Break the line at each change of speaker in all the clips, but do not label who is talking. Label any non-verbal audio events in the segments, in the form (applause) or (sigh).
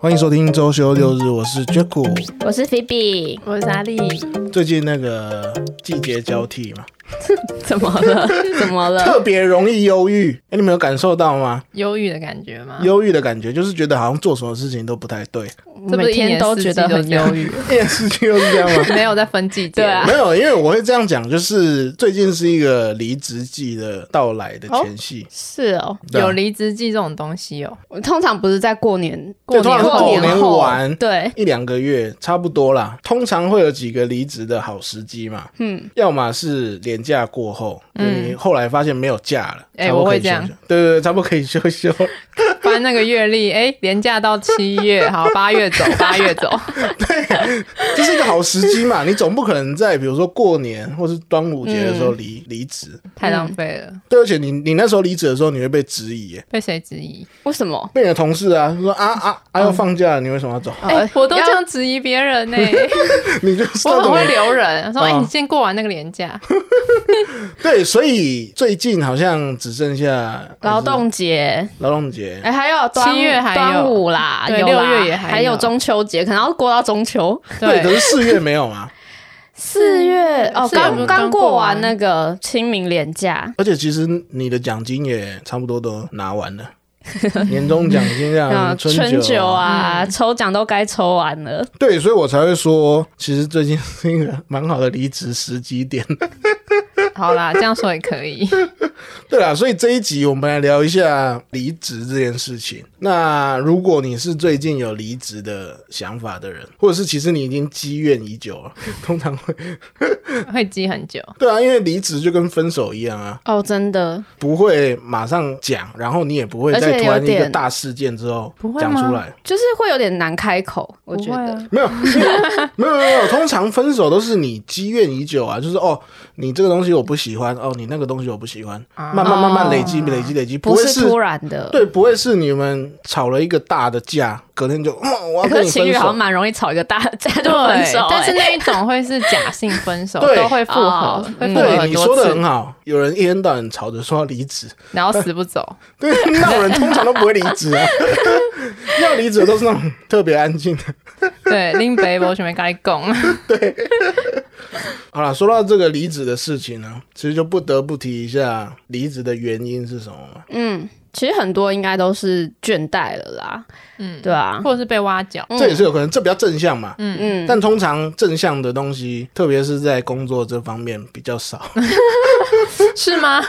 欢迎收听周休六日，我是 Jaco。
我是菲比，
我是阿丽，
最近那个季节交替嘛，
怎么了？
(laughs)
怎么
嗯
特
了？
别容易忧郁。哎、你们有感受到吗？
忧郁的感觉吗？
忧郁的感觉，就是觉得好像做什么事情都不太
(laughs)
对。
我
这不是
每
一天都觉得很
一年四季
一件事情
忧郁？
都这样 (laughs)
都是这样吗？
没有在分季节，
对啊
没有，因为我会这样讲，就是最近是一个离职季的到来的前夕。
是哦，
对啊
有离职季这种东西哦。
我通常不是在过年
对通
年
常是
后
过年完
对，
一两个月差不多啦，通常会有几个离职的好时机嘛，
嗯，
要么是年假过后，
嗯
你后来发现没有假了，
哎
差不多
我
可以
会这样
休息，对对对，差不多可以休休，
翻那个月历，哎，年假到七 (laughs) 月，好，八月走，八月走，
这是一个好时机嘛，你总不可能在比如说过年或是端午节的时候
嗯
离离职，
太浪费了，
对，而且你你那时候离职的时候你会被质疑耶，
被谁质疑？
为什么？
被你的同事啊说啊啊啊要放假了，你为什么要走？ (laughs)
哎
呃，
我都这样质疑别 (laughs) 人呢，
你就是那
我很
种
会留人，说
哦
哎，你先过完那个年假，
对，所以最近好像只剩下
劳动节，
劳动节，
哎，还有端
七月还有
端午啦，
对
有啦
六月也还有
还有中秋节，可能要过到中秋。
对，可
对
是四月没有嘛。
四月哦，
嗯四月
刚
刚
刚
过
过完
完
那个清明连假，
而且其实你的奖金也差不多都拿完
(laughs)
了，年终奖金这样，
嗯，
春
春
酒
酒，啊，
嗯
抽奖都该抽完了。
对，所以我才会说，其实最近是一个蛮好的离职时机点。
好啦，这样说也可以。 (laughs)
对啊啦，所以这一集我们来聊一下离职这件事情。那如果你是最近有离职的想法的人，或者是其实你已经积怨已久了，通常会
会积很久，
对啊，因为离职就跟分手一样啊，
哦，真的，
不会马上讲，然后你也不会
而且
在突然
有
一个
点
大事件之后
不会
讲
吗
出来。
就是会有点难开口，我觉
不会
得。
啊
没有，没有，没有，没有。通常分手都是你积怨已久啊，就是哦，你这个东西我不喜欢，哦，你那个东西我不喜欢，慢慢慢慢累积，累积，累积，不
啊
不
会
是
是，
突然的，
对，不会是你们吵了一个大的架，隔天就，嗯、我要
欸。
跟
可
你
是情
分
侣好
手
像。蛮容易吵一个大 (laughs) 架就分手欸，，
(laughs) 对但是那一种会是假性分手，
对
都会复合
哦，
会复合
对，
很
你说
多
的很
次，
好。有人一天到晚吵着说要离职， (laughs)
然后死不走。
对，那种人通常都不会离职啊。 (laughs) 要离职的都是那种特别安静的。
(laughs) 对，拎北我准备跟你讲， (laughs)
好了，说到这个离职的事情呢，其实就不得不提一下离职的原因是什么嘛。
嗯，其实很多应该都是倦怠了啦，嗯，对啊，
或者是被挖角。
嗯
这也是有可能，这比较正向嘛。
嗯，
但通常正向的东西，特别是在工作这方面比较少。
是 (laughs) 吗？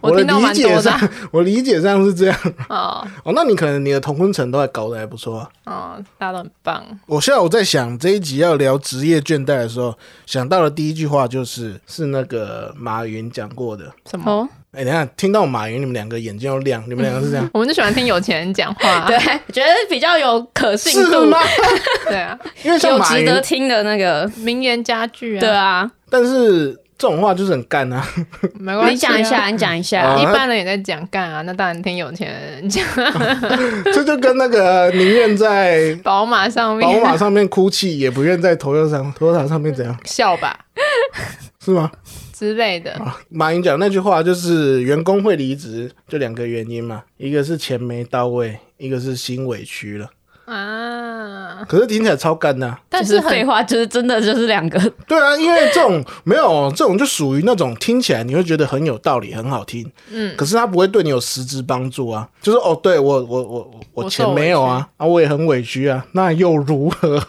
我的
听到
理
蛮多
解
的
上，我理解上是这样。
(laughs) 哦
哦，那你可能你的同婚程都还搞得还不错、啊。
哦，大家都很棒。
我下午在想这一集要聊职业倦怠的时候，想到的第一句话就是是那个马云讲过的。
什么？。
哦，
哎，等一下听到马云，你们两个眼睛要亮，你们两个是这样 (laughs)
我们就喜欢听有钱人讲话。 (laughs)
对， (laughs) 觉得比较有可信
是
度，
吗？
对啊，
因为像
有
马
值
云，
得听的那个，
名言佳句啊。
对，啊，
但是这种话就是很干啊。 (laughs)
没关系。
你讲一下，。你讲一下，
啊
一般人也在讲干啊，那当然听有钱人 (laughs) 讲。
这就跟那个宁愿在
宝马上面
宝马上面哭泣，也不愿在头油上头塔上面怎样，
笑吧
是吗？
之类的，
马云讲那句话就是员工会离职，就两个原因嘛，一个是钱没到位，一个是心委屈了。
啊，
可是听起来超干的啊、
但
就是是废
很
话，就是真的就是两个，
对啊，因为这种没有这种就属于那种听起来你会觉得很有道理，很好听，嗯，可是他不会对你有实质帮助啊。就是哦，对我我我我我
我
钱
受委
没有啊，啊我也很委屈啊，那又如何？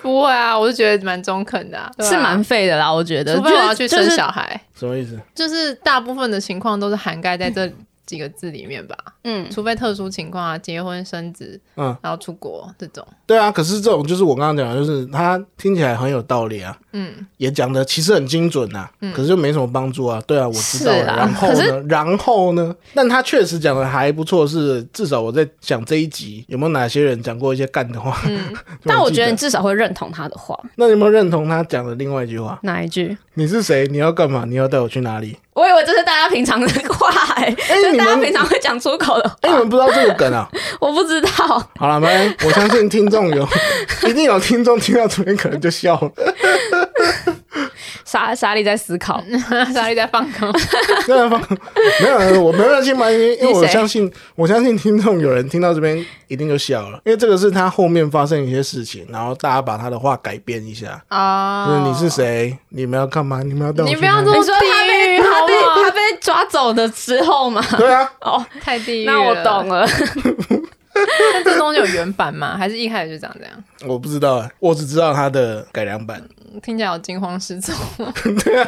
不会啊，我就觉得蛮中肯的啊，对
(laughs)
啊
是蛮废的啦，我觉得。
除非我要去
就是
生，小孩，
什么意思？
就是大部分的情况都是涵盖在这几个字里面吧，
嗯，
除非特殊情况啊，结婚生子，
嗯，
然后出国这种， (laughs)
对啊，可是这种就是我刚刚讲的，就是他听起来很有道理啊，
嗯，
也讲的其实很精准呐、可是就没什么帮助啊。对啊，我知道
嗯是
了。
啊
然后
可
呢？然后呢？但他确实讲的还不错，是至少我在想这一集有没有哪些人讲过一些干的话。
嗯
(laughs)
但我觉得你
得，
至少会认同他的话，
那你有没有认同他讲的另外一句话？
哪一句？
你是谁？你要干嘛？你要带我去哪里？哎
我以为这是大家平常的话、欸， (laughs) 就是
你
大家
们
平常会讲出口的话，
哎、你们不知道这个梗啊？
我不知道。
好了没？我相信
(laughs)
听众有，一定有听众听到这边可能就笑了。
莎莎莉在思考，
莎莉在放
(laughs)
空，
没有放，啊没有，我没有去埋怨，因为我相信，我相信听众有人听到这边一定就笑了，因为这个是他后面发生一些事情，然后大家把他的话改编一下，就是
哦，
你是谁，你们要干嘛，你们要带我
你
去
不要
哪
这
里
么
你说他
地
被
狱好
他被
不好
(laughs) 他被抓走的之后嘛？
对啊，
哦，
太地狱。
那我懂，了。
但这东西有原版吗？还是一开始就长这样？
我不知道啊，我只知道他的改良版。
听起来好惊慌失措。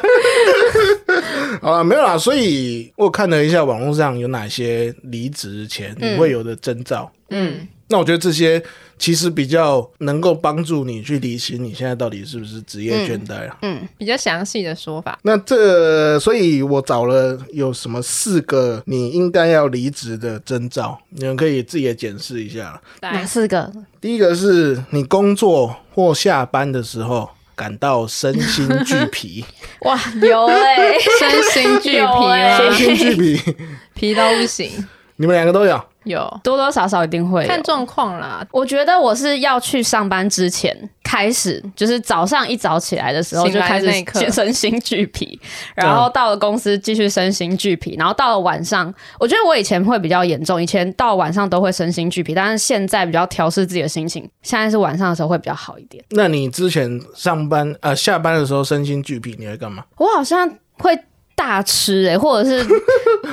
嗯
好了，没有啦，所以我看了一下网络上有哪些离职前你会有的征兆，
嗯，
那我觉得这些其实比较能够帮助你去理清你现在到底是不是职业
嗯
倦怠啊。
比较详细的说法。
那这，所以我找了有什么四个你应该要离职的征兆，你们可以自己也检视一下。
来，
四个？
第一个是你工作或下班的时候感到身心俱
(laughs)
疲，
哇，有哎、
(laughs) 身心俱疲
有欸
吗
身？心俱疲，
疲到不行，
你们两个都有。
有
多多少少一定会有
看状况啦。
我觉得我是要去上班之前开始，就是早上一早起来的时候
醒
就
来
开
的
始
那一刻
身心俱疲，然后到了公司继续身心俱疲，然后到了晚上，我觉得我以前会比较严重，以前到晚上都会身心俱疲，但是现在比较调试自己的心情，现在是晚上的时候会比较好一点。
那你之前上班呃下班的时候身心俱疲，你会干嘛？
我好像会大吃 (laughs) 诶、或者是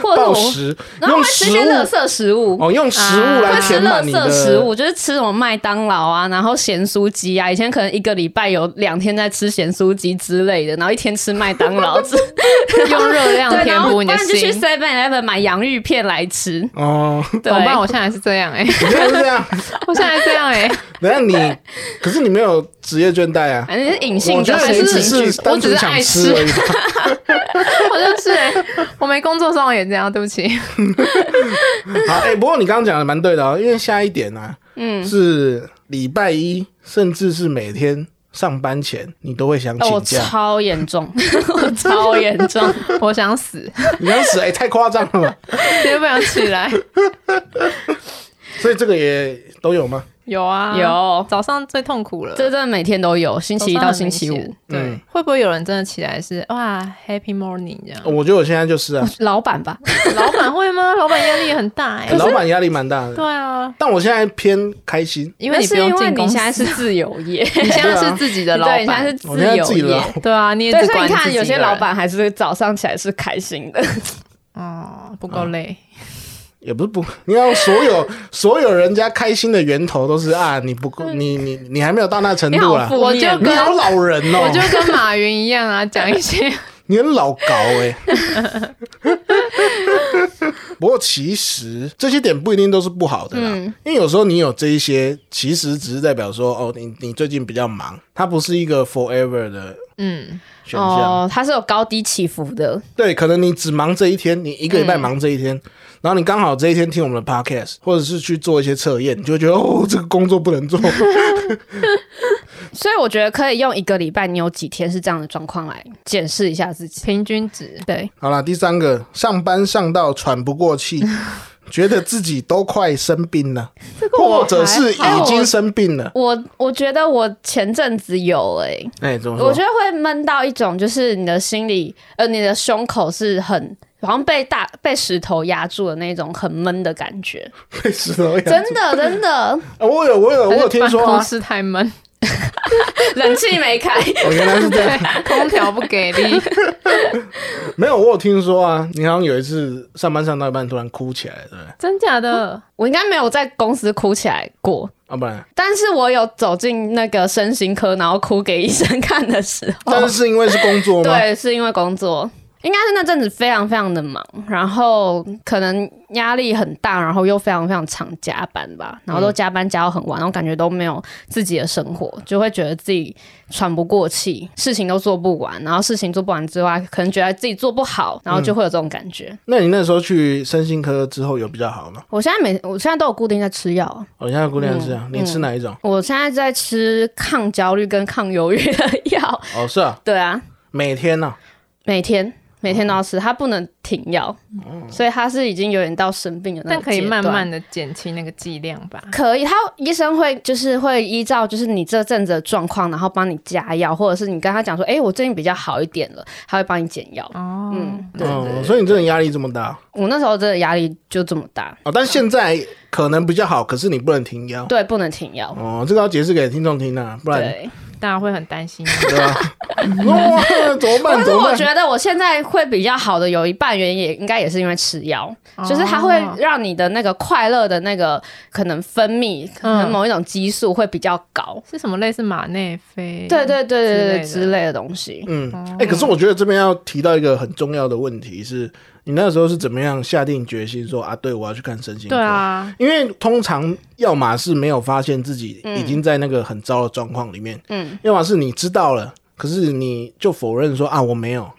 或者
暴
是
食，
哦我，然后
用
会吃一
食
些垃
物
圾食物。
哦，用食物
啊
来
会吃
填
垃
满你
圾
的
食物，就是吃什么麦当劳啊，然后咸酥鸡啊。以前可能一个礼拜有两天在吃咸酥鸡之类的，然后一天吃麦当 (laughs) 劳之，
用热量
对，
填
然后
补你
不
的
然就去
心。
Seven Eleven 买洋芋片来吃。
哦， (laughs)
对，
怎么办？我现在还是这样哎、
你就是这样。
我现在这样 (laughs) 哎、
等
(laughs)
一下你，可是你没有职业倦怠啊。
反正是隐性
我觉
的，
得
还
你只
是
是单纯想吃而已
(laughs)
吧。
好像是哎、我没工作上也这样，对不起。
好，哎、不过你刚刚讲的蛮对的哦，因为下一点呢、啊，嗯，是礼拜一，甚至是每天上班前，你都会想
哦我
请假。
超严 (laughs) 重，我超严重。
我想死，
你想死？哎、太夸张了
(laughs)
吧？
(laughs) 绝对不想起来。
所以这个也都有吗？
有啊，
有
早上最痛苦了，
(laughs) 这真的每天都有，星期一到星期
早上很
五
明。显。对，
嗯
会不会有人真的起来是哇，Happy Morning 这样？
哦
哦我觉得我现在就是啊，
老板吧，
老板会吗？老板压力很大哎、
老板压力蛮大的，
对啊，
但我现在偏开心。
因为你
那
不
是因
用
为
进
你
公司，
现在是自 (laughs) 由业，
(laughs) 你现
对
在
啊
是自己的老
啊对，你现在
板
是，
我现在自
自
己
由
的
业
老。
对啊，你也
对，
只
所以
管
你看，
自己
有
一
些
个人
老板还是早上起来是开心的，
哦不够累，
也不是不，你看所
(laughs)
有所有人家开心的源头都是啊，你不够，你你你 (laughs) 还没有到啊那程
你
度
好 (laughs)
啦，
负面
我
哦。
就
(laughs) 你好老人哦、
嗯
我就跟马云一样啊， (laughs) 讲一些
你很老搞哎、不过其实这些点不一定都是不好的啦，因为有时候你有这一些，其实只是代表说哦，你你最近比较忙，它不是一个 forever 的
嗯，
选项。
哦，它是有高低起伏的，
对，可能你只忙这一天，你一个礼拜忙这一天，然后你刚好这一天听我们的 podcast，或者是去做一些测验，你就会觉得哦，这个工作不能做。
所以我觉得可以用一个礼拜，你有几天是这样的状况来检视一下自己。
平均值对，
好啦，第三个，上班上到喘不过
(laughs)
气，觉得自己都快生病了，
我
或者是
还好
已经生病了。
我我觉得我前阵子有哎、
哎、怎么
我觉
说？
得会闷到一种，就是你的心里呃，你的胸口是很好像被大被石头压住的那种很闷的感觉，
被石 (laughs) 头压
真的真的，
啊我有，我有，我有听说
办公
啊。
室太闷， (laughs)
冷气没开，
哦，原来是这
(laughs)
样。
对，空调不给力，
没有，我有听说啊。你好像有一次上班上到一半突然哭起来，对不对？
真假的？
我应该没有在公司哭起来过。
啊，不然，
但是我有走进那个身心科，然后哭给医生看的时候，
但是是因为是工作吗？
(laughs) 对，是因为工作，应该是那阵子非常非常的忙，然后可能压力很大，然后又非常非常常加班吧，然后
嗯
都加班加到很晚，然后感觉都没有自己的生活，就会觉得自己喘不过气，事情都做不完，然后事情做不完之外，可能觉得自己做不好，然后
嗯
就会有这种感觉。
那你那时候去身心科之后有比较好吗？
我现在每我现在都有固定在吃药，
我、现在姑娘是这样，你吃哪一种？
我现在在吃抗焦虑跟抗忧郁的药， (laughs)
哦，是啊，
对啊，
每天呢、
每天。每天都要吃，他不能停药，
嗯
所以他是已经有点到生病的那
但
个
可以
阶
慢
段
慢的减轻那个剂量吧。
可以，他医生会就是会依照就是你这阵子的状况，然后帮你加药，或者是你跟他讲说，哎、我最近比较好一点了，他会帮你减药。
哦，
嗯，对对
哦，所以你真的压力这么大
我那时候真的压力就这么大，
哦，但现在可能比较好，可是你不能停药
对，不能停药。
哦，这个要解释给听众听啊，不然
对，
大家会很担心。
对吧？哇，怎么办？怎
但是
么
我
办？
觉得我现在会比较好的，有一半原因也应该也是因为吃药， (laughs) 就是它会
哦
让你的那个快乐的那个可能分泌，
嗯
可能某一种激素会比较高。
是什么类似马内菲？
对对对对对
之类的
之类的东西。
嗯，哎、可是我觉得这边要提到一个很重要的问题是，你那时候是怎么样下定决心说啊，对我要去看身心科？
对，啊，
因为通常要么是没有发现自己已经在那个很糟的状况里面，
嗯，
要么是你知道了，可是你就否认说啊我没有，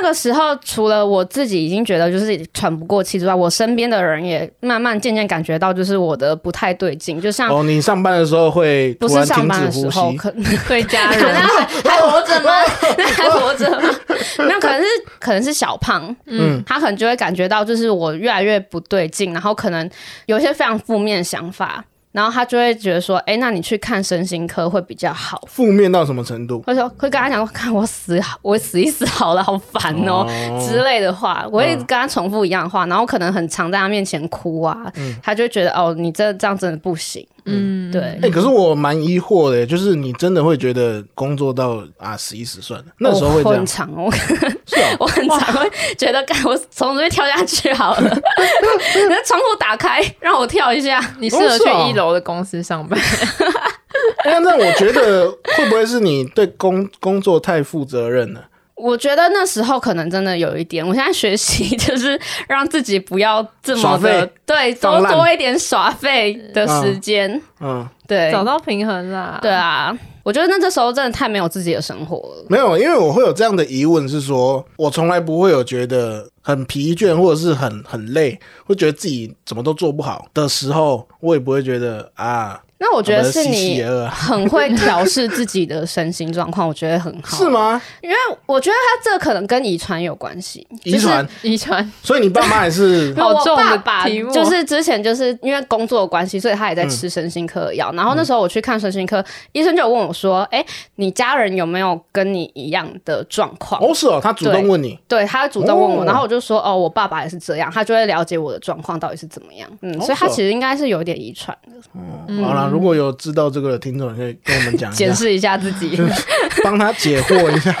那个时候，除了我自己已经觉得就是喘不过气之外，我身边的人也慢慢渐渐感觉到，就是我的不太对劲，就像
哦，你上班的时候会
啊不
突
是
然
上
停
班
止
的时
呼
候，
吸，
可能 (laughs)
对家
可能
人。
还还活着 (laughs) 吗？那还活着吗？ (laughs) 那可能是可能是小胖，嗯，他可能就会感觉到就是我越来越不对劲，然后可能有一些非常负面的想法，然后他就会觉得说，哎、那你去看身心科会比较好。
负面到什么程度？
会说会跟他讲说，看我死好，我死一死好了，好烦哦、之类的话，我会一直跟他重复一样的
嗯
话，然后可能很常在他面前哭啊，他就会觉得哦，你这这样真的不行，嗯，对
哎、。可是我蛮疑惑的，就是你真的会觉得工作到啊死一死算了，那时候会
我
这
哦我
样
很，常，我
是啊
我很常会觉得，干我从这边跳下去好了， (laughs) 你的窗户打开，让我跳一下。
你适合
哦
去
是哦
一楼的公司
(laughs)
上班，
(laughs) 哎、那我觉得会不会是你对工工作太负责任了？
我觉得那时候可能真的有一点，我现在学习 (laughs) 就是让自己不要这么
耍
的
废，
对，多
放烂
多一点耍废的时间，
嗯，
对，
找到平衡啦。
对啊，我觉得那这时候真的太没有自己的生活了。
没有，因为我会有这样的疑问，是说我从来不会有觉得很疲倦或者是很很累，会觉得自己怎么都做不好的时候，我也不会觉得啊，
那我觉得是
啊不是
你
嘻嘻哈哈
很会调试自己的身心状况，我觉得很
(laughs)
好。
是？吗？
因为我觉得他这可能跟遗传有关系。
遗传，
遗
(laughs)
传
所以你爸妈也
(laughs)
是
好重的
我爸爸
题目
就是之前就是因为工作的关系，所以他也在吃身心科的药。然后那时候我去看身心科，医生就有问我说：“哎、你家人有没有跟你一样的状况？”
哦，是哦，他主动问你，
对，他主动问我，
哦
然后我就说：“哦，我爸爸也是这样。”他就会了解我的状况到底是怎么样。嗯，
哦
所以他
是哦
其实应该是有一点遗传。 (laughs) 嗯
好啦，如果有知道这个的听众，你可以跟我们讲一
(laughs) 检
下，
视一下自己。
帮他解惑一下。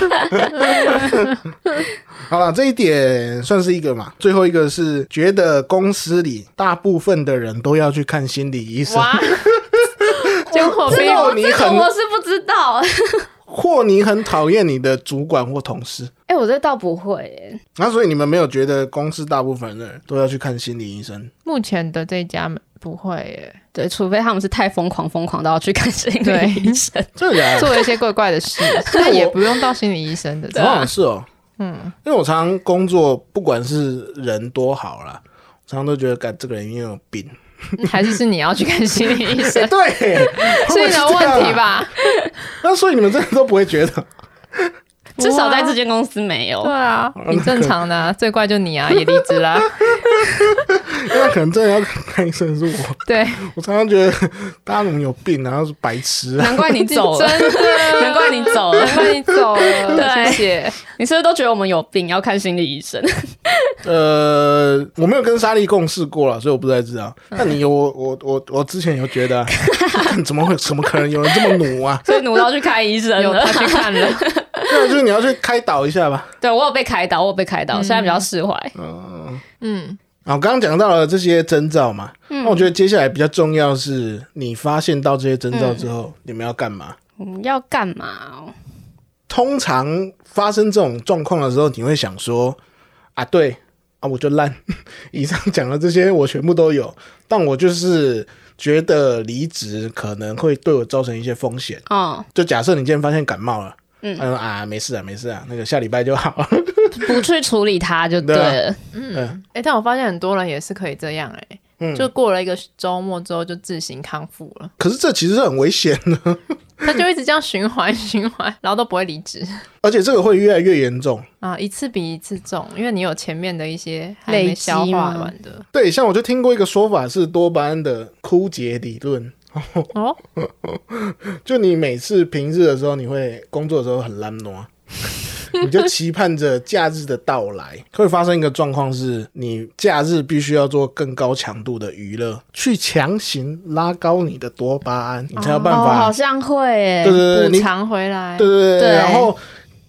好了，这一点算是一个嘛。最后一个是觉得公司里大部分的人都要去看心理医生，
(laughs) 哇，结果
这
没
个
有
我你
这个
很
我是不知道。
或你很讨厌你的主管或同事。
哎、我这倒不会耶、
那所以你们没有觉得公司大部分的人都要去看心理医生？
目前的这一家不
(laughs)
会耶，
对，除非他们是太疯狂，疯狂到要去看心
对
理医生。
这然
做一些怪怪的事，但也不用到心理医生的。
哦是哦，嗯，因为我常常工作，不管是人多好啦，常常都觉得，干这个人一定有
(laughs)
病。
哦还是是你要去看心理医
哎
生，
对，
是你
会
的
(laughs) 不会这样啊
问题。吧？
那所以你们真的都不会觉得，
至少在这间公司没有
对。啊，你正常的啊，最怪就你啊，也离职啦。
那可能真的要看医生是我。
对，
我常常觉得大家怎么有病啊，然后是白痴啊。
难怪你走了，
真的，
难 (laughs) 怪你走了
难。怪你走了。
对
谢谢。
你是不是都觉得我们有病，要看心理医生？ (laughs)
呃，我没有跟莎莉共事过了，所以我不太知道。那你有我我我我之前有觉得啊、 (laughs) 怎么会怎么可能有人这么努啊？
所以努到去看医生
有
了
他。去看了，
(laughs)
对啊，就是你要去开导一下吧。
对我有被开导，我有被开导，现在比较释怀。
嗯，
啊，我刚刚讲到了这些征兆嘛，那我觉得接下来比较重要是，你发现到这些征
嗯
兆之后，你们要干嘛？
我们嗯要干嘛哦？
通常发生这种状况的时候，你会想说啊，对啊，我就烂。 (laughs) 以上讲的这些我全部都有，但我就是觉得离职可能会对我造成一些风险。
哦，
就假设你今天发现感冒了。
嗯
他说啊，没事啊，没事啊，那个下礼拜就好。
不去处理它就对了。
哎、但我发现很多人也是可以这样、哎、
嗯
就过了一个周末之后就自行康复了。
可是这其实是很危险的， (laughs)
他就一直这样循环 (laughs) 循环，然后都不会离职
而且这个会越来越严重。
啊，一次比一次重，因为你有前面的一些还没
累积
消化
吗
完的
对，像我就听过一个说法是多巴胺的枯竭理论，
哦，
就你每次平日的时候，你会工作的时候很懒惰，啊
(laughs)
你就期盼着假日的到来，会发生一个状况是，你假日必须要做更高强度的娱乐，去强行拉高你的多巴胺，你才有办
哦，
法。
好像会耶
对对对，
补
你
偿回来。
对对对，
对嗯
然后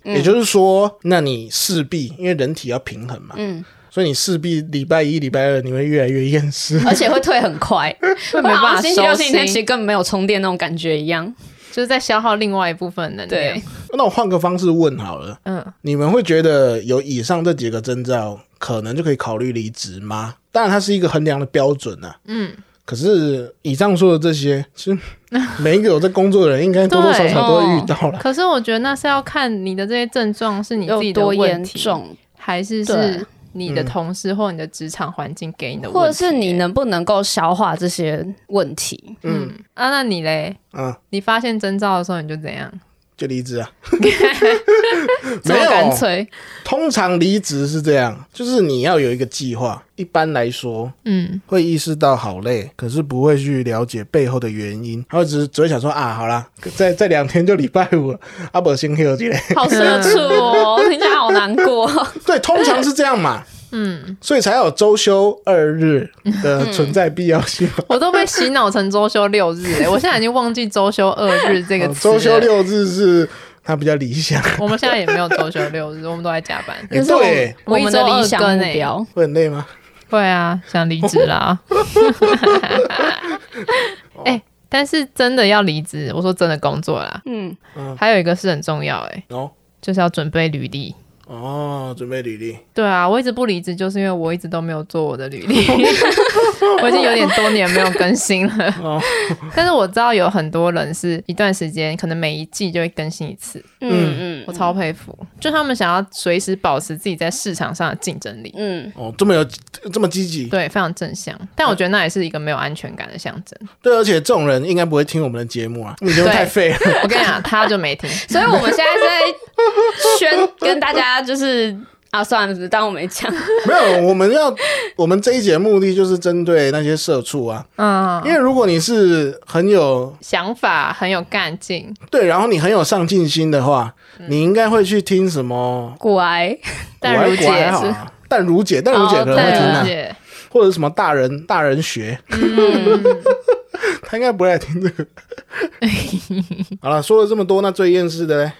也就是说，那你势必因为人体要平衡嘛，
嗯，
所以你势必礼拜一、礼拜二你会越来越厌世。 (laughs)
而且会退很快，会
没办法
星期六、
收
星期天
心
其实根本没有充电那种感觉一样。
就是在消耗另外一部分能量
对。
那我换个方式问好了，
嗯，
你们会觉得有以上这几个征兆，可能就可以考虑离职吗？当然，它是一个衡量的标准啊。嗯。可是以上说的这些，是每一个有在工作的人应该多多少少都会遇到
(laughs)
了。
可是我觉得那是要看你的这些症状是你自己
有
的
多
问
严
题，
重，
还是
对
是你的同事或你的职场环境给你的问题，欸
或者是你能不能够消化这些问题？
嗯啊，那你嘞？
哦
嗯，
你发现征兆的时候你就怎样？
就离职啊。
(laughs) 这
没
么干
有，
脆，
通常离职是这样，就是你要有一个计划。一般来说，
嗯，
会意识到好累，可是不会去了解背后的原因，然后只只会想说啊，好啦，再再两天就礼拜五了，啊阿伯先休息嘞。
好社畜哦，听起来好难过。
对，通常是这样嘛，嗯，所以才有周休二日
嗯
的存在必要性嘛。 (laughs) 哦
我都被洗脑成周休六日、欸，我现在已经忘记周休二日这个
哦
词。啊
周休，六日是它比较理想，
我们现在也没有周休六日，我们都在加班。
哎
这是我
对，
我们的理想
我一周
目
二更欸
标，
会很累吗？
会啊，想离职
(laughs)
啦。 (laughs) 哎、但是真的要离职，我说真的工作啦。
嗯，
还有一个是很重要、欸，哎，
哦
就是要准备履历。
哦，准备履历，
对啊，我一直不离职，就是因为我一直都没有做我的
(laughs)
履历，我已经有点多年没有更新
哦
了。但是我知道有很多人是一段时间，可能每一季就会更新一次，
嗯嗯
我超佩服。就他们想要随时保持自己在市场上的竞争力，
嗯，
哦，这么有这么积极，
对，非常正向。但我觉得那也是一个没有安全感的象
(laughs)
征。
对，而且这种人应该不会听我们的节目啊，我们节目
对
太废了， (laughs)
我跟你讲，他就没听。
所以我们现在在宣跟大家就是啊，算了，当我没讲。
没有，我们要我们这一节目的就是针对那些社畜啊，
嗯，
因为如果你是很有
想法很有干劲，
对，然后你很有上进心的话，你应该会去听什么
古癌，
嗯但如姐
果然还好
是。哦
啊淡如姐，淡如姐可能会
淡
听
如
啊，
姐，
或者什么大人大人学，
嗯
(laughs) 他应该不会来听
(laughs)
这个。好了，说了这么多，那最厌世
(laughs)
的嘞，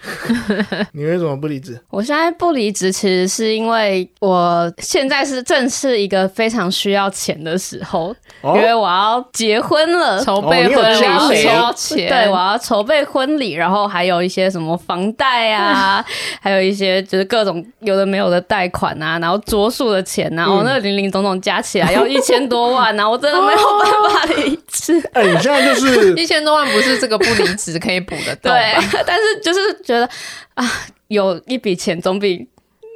你为什么不离职？
(laughs) 我现在不离职，其实是因为我现在是正是一个非常需要钱的时候，
哦
因为我要结婚了。
筹备婚
哦你
礼
有
需要
交
钱，
呃对，我要筹备婚礼，然后还有一些什么房贷
(laughs)
啊，还有一些就是各种有的没有的贷款啊，然后桌数的钱
嗯
啊，哦，那零零总总加起来要一千多万啊，我真的没有办法离职。
哎、你现在就是
(laughs)
(laughs) 一千多万不是这个不离职可以补得到 (laughs)
对 (laughs)
吧？，
但是就是觉得啊，有一笔钱总比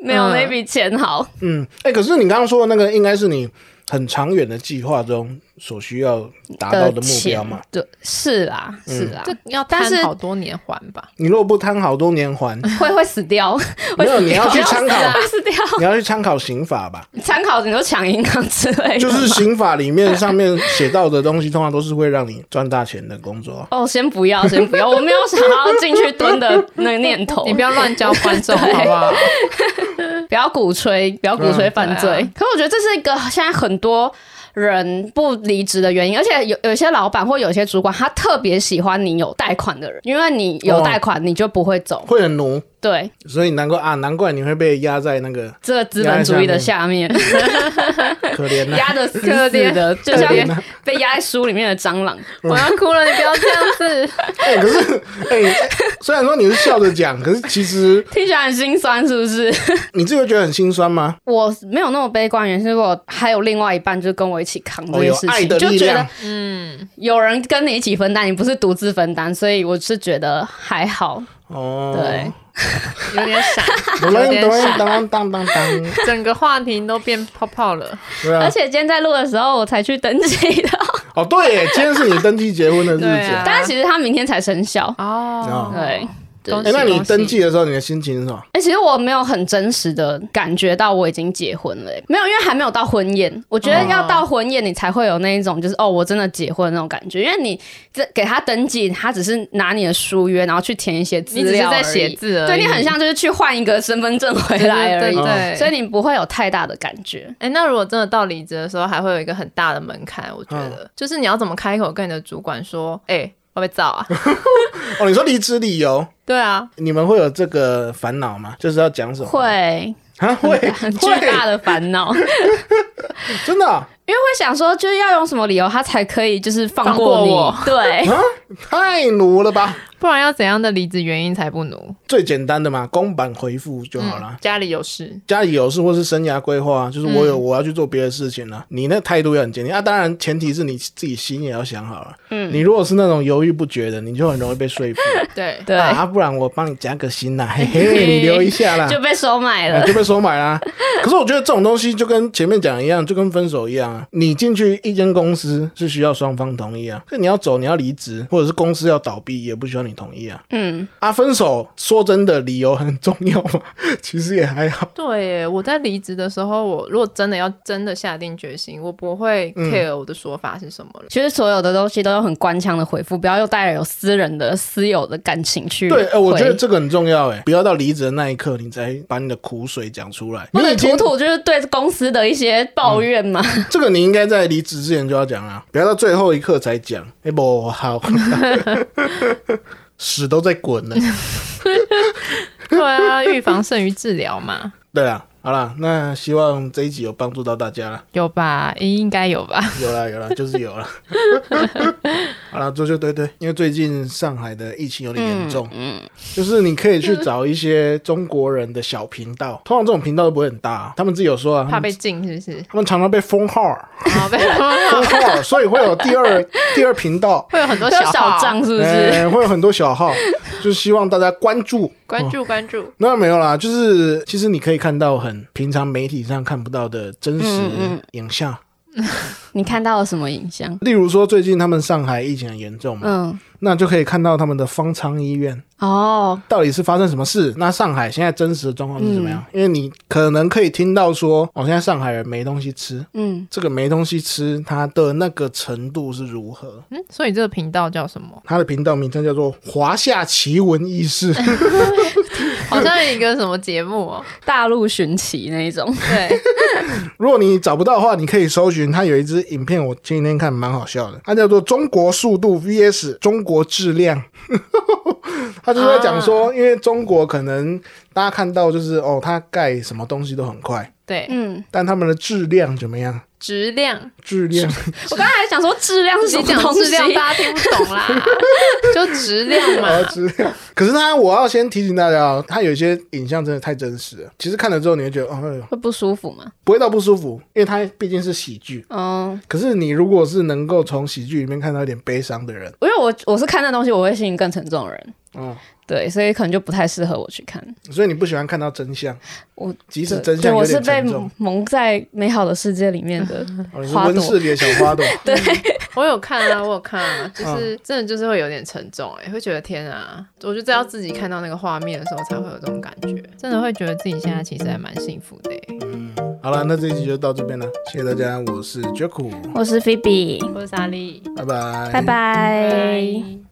没
嗯
有那笔钱好。
嗯，哎、可是你刚刚说的那个，应该是你很长远的计划中所需要达到的目标嘛？嗯
对，是啦，是啦，
这要
但
摊
是
好多年还吧。
你如果不贪好多年
(laughs)
还，
会会死掉，
(laughs) 没
会
有，
死
你要
掉，
去参考，
(laughs) 会死掉。
你要去参考刑法吧。
参考你说抢银行之类的吗，
就是刑法里面上面写到的东西，通常都是会让你赚大钱的工作。
哦，先不要，先不要，我没有想要进去蹲的那个念头。
(laughs) 你不要乱教观众好
(laughs)
不好？
不要鼓吹，不要鼓吹犯罪。
嗯
可我觉得这是一个现在很多人不离职的原因，而且有有些老板或有些主管，他特别喜欢你有贷款的人，因为你有贷款，你就不会走。
会很奴，
对，
所以难怪啊，难怪你会被压在那个
这个资本主义的下面，
可怜啊的、
压的死死 (laughs) 的，就像被压在书里面的蟑螂。
我要哭了，你不要这样子。
哎、可是哎、哎虽然说你是笑着讲，可是其实
听起来很心酸，是不是？
你自己会觉得很心酸吗？
我没有那么悲观，原因是因为我还有另外一半，就是跟我一起扛这
哦，
件
有
事
爱
情，
的
就
力
觉得嗯
量，
有人跟你一起分担，你不是独自分担，所以我是觉得还好。
哦，
对，
有点
(laughs)
闪，
咚
有
咚
点闪，
咚当当当，
整个话题都变泡泡了。
对
而
啊，
啊
且今天在录的时候，我才去登记的，
哦，对耶，今天是你登记结婚的日子
对啊
啊。
(laughs) 但是其实它明天才生效。
哦，
对，对
恭
哎、
喜
那你
恭喜
登记的时候，你的心情是什么？
哎、其实我没有很真实的感觉到我已经结婚了、欸没有，因为还没有到婚宴。我觉
哦
得要到婚宴，你才会有那一种就是哦，我真的结婚那种感觉。因为你这给他登记，他只是拿你的书约，然后去填一些资
你只是
料而
在
已
写，字而已，
对你很像就是去换一个身份证回
对
来而
对
已，
对对，
所以你不会有太大的感觉。
哎、那如果真的到离职的时候，还会有一个很大的门槛，我觉得、就是你要怎么开口跟你的主管 (laughs) 说，哎、会不会造 (laughs) 啊？
哦，你说离职理由，
对啊，
你们会有这个烦恼吗？就是要讲什么？
(laughs)
会
啊，会
(laughs) 很巨大
会，
的烦恼，因为
真的啊、
会想说，就是要用什么理由他才可以就是放
放过
过你？
我
(laughs) 对，
太奴了吧？
不然要怎样的离职原因才不奴？
最简单的嘛，公版回复就好了。
嗯，家里有事，
家里有事或是生涯规划，啊就是我
嗯
有我要去做别的事情了、你那态度要很坚定啊。当然，前提是你自己心也要想好了。嗯，你如果是那种犹豫不决的，你就很容易被说服
对，
(laughs) 对，
啊。不然我帮你加个心
(laughs)
啦，嘿嘿，你留一下啦，
就被收买了
啊。就被收买啦。 (laughs) 可是我觉得这种东西就跟前面讲一样，就跟分手一样啊。你进去一间公司是需要双方同意啊，可你要走，你要离职，或者是公司要倒闭，也不需要你同意啊。
嗯，
啊，分手说真的，理由很重要吗？ (laughs) 其实也还好。
对耶，我在离职的时候，我如果真的要真的下定决心，我不会 care 我的说法是什么了。
其实所有的东西都用很官腔的回复，不要又带有私人的、私有的感情去
对，哎、我觉得
回
这个很重要，哎，不要到离职的那一刻，你才把你的苦水讲出来。
或
你
者
已经
吐吐就是对公司的一些抱怨嘛。
(laughs) 这个你应该在离职之前就要讲啊，不要到最后一刻才讲。哎、不好， (laughs) 屎都在滚呢。
对啊，预防胜于治疗嘛，
对啊，好啦，那希望这一集有帮助到大家啦。
有吧？应该有吧？
有啦，有啦，就是有啦。 (laughs) 好啦，这就对对，因为最近上海的疫情有点严重，嗯，就是你可以去找一些中国人的小频道，通常这种频道都不会很大、啊，他们自己有说啊，他
怕
们
被禁是不是？ (laughs)
他们常常被封号啊。
好被
封号，所以会有第二
(laughs)
第二频道，
会有很
(laughs)
多
都有
小
小
账，
账是不是？
呃，会有很多小
(laughs)
号，就希望大家关注。
关注关注。
那没有啦，就是其实你可以看到很平常媒体上看不到的真
嗯
实影像，
你看到了什么影像？
例如说最近他们上海疫情很严重嘛，
嗯，
那就可以看到他们的方舱医院
哦，
到底是发生什么事。那上海现在真实的状况是怎么样？
嗯
因为你可能可以听到说，哦，现在上海人没东西吃，
嗯，
这个没东西吃，它的那个程度是如何？
嗯，所以这个频道叫什么？
他的频道名称叫做“华夏奇闻异事”，
好像一个什么节目哦。
大陆寻奇那一种。
对，
如果你找不到的话，你可以搜寻它有一支影片，我前几天看蛮好笑的，它叫做《中国速度 VS 中国质量》。 (laughs) 他就是在讲说，因为中国可能大家看到就是哦，它盖什么东西都很快，
对，
嗯，
但他们的质量怎么样？
质量，
质量
我刚才还想说质量是什
你 (laughs)
么
讲
东
质
西，
量大家听不
(laughs)
懂啦，就质量
啊，
嘛。
质量。可是它，我要先提醒大家哦，它有一些影像真的太真实了。其实看了之后，你会觉得哦，哎呦
会不舒服吗？
不会到不舒服，因为它毕竟是喜剧。
嗯，
可是你如果是能够从喜剧里面看到一点悲伤的人，
因为我我是看那东西，我会吸引更沉重的人。
嗯，
对，所以可能就不太适合我去看。
所以你不喜欢看到真相，
我
即使真
对，对
相有
我是
点
被嗯
沉重，
蒙在美好的世界里面
(laughs)
的
哦你是
花
温
朵。
室里的小花朵，
对，
(laughs) 我有看啊，我有看啊，就是真的就是会有点沉重，哎，会觉得天啊，我就知道自己看到那个画面的时候才会有这种感觉，真的会觉得自己现在其实还蛮幸福的欸。
嗯好了，那这一集就到这边了，谢谢大家，我是 Jack，
我是菲比，
我是莎莉，
拜拜，
拜拜。
拜。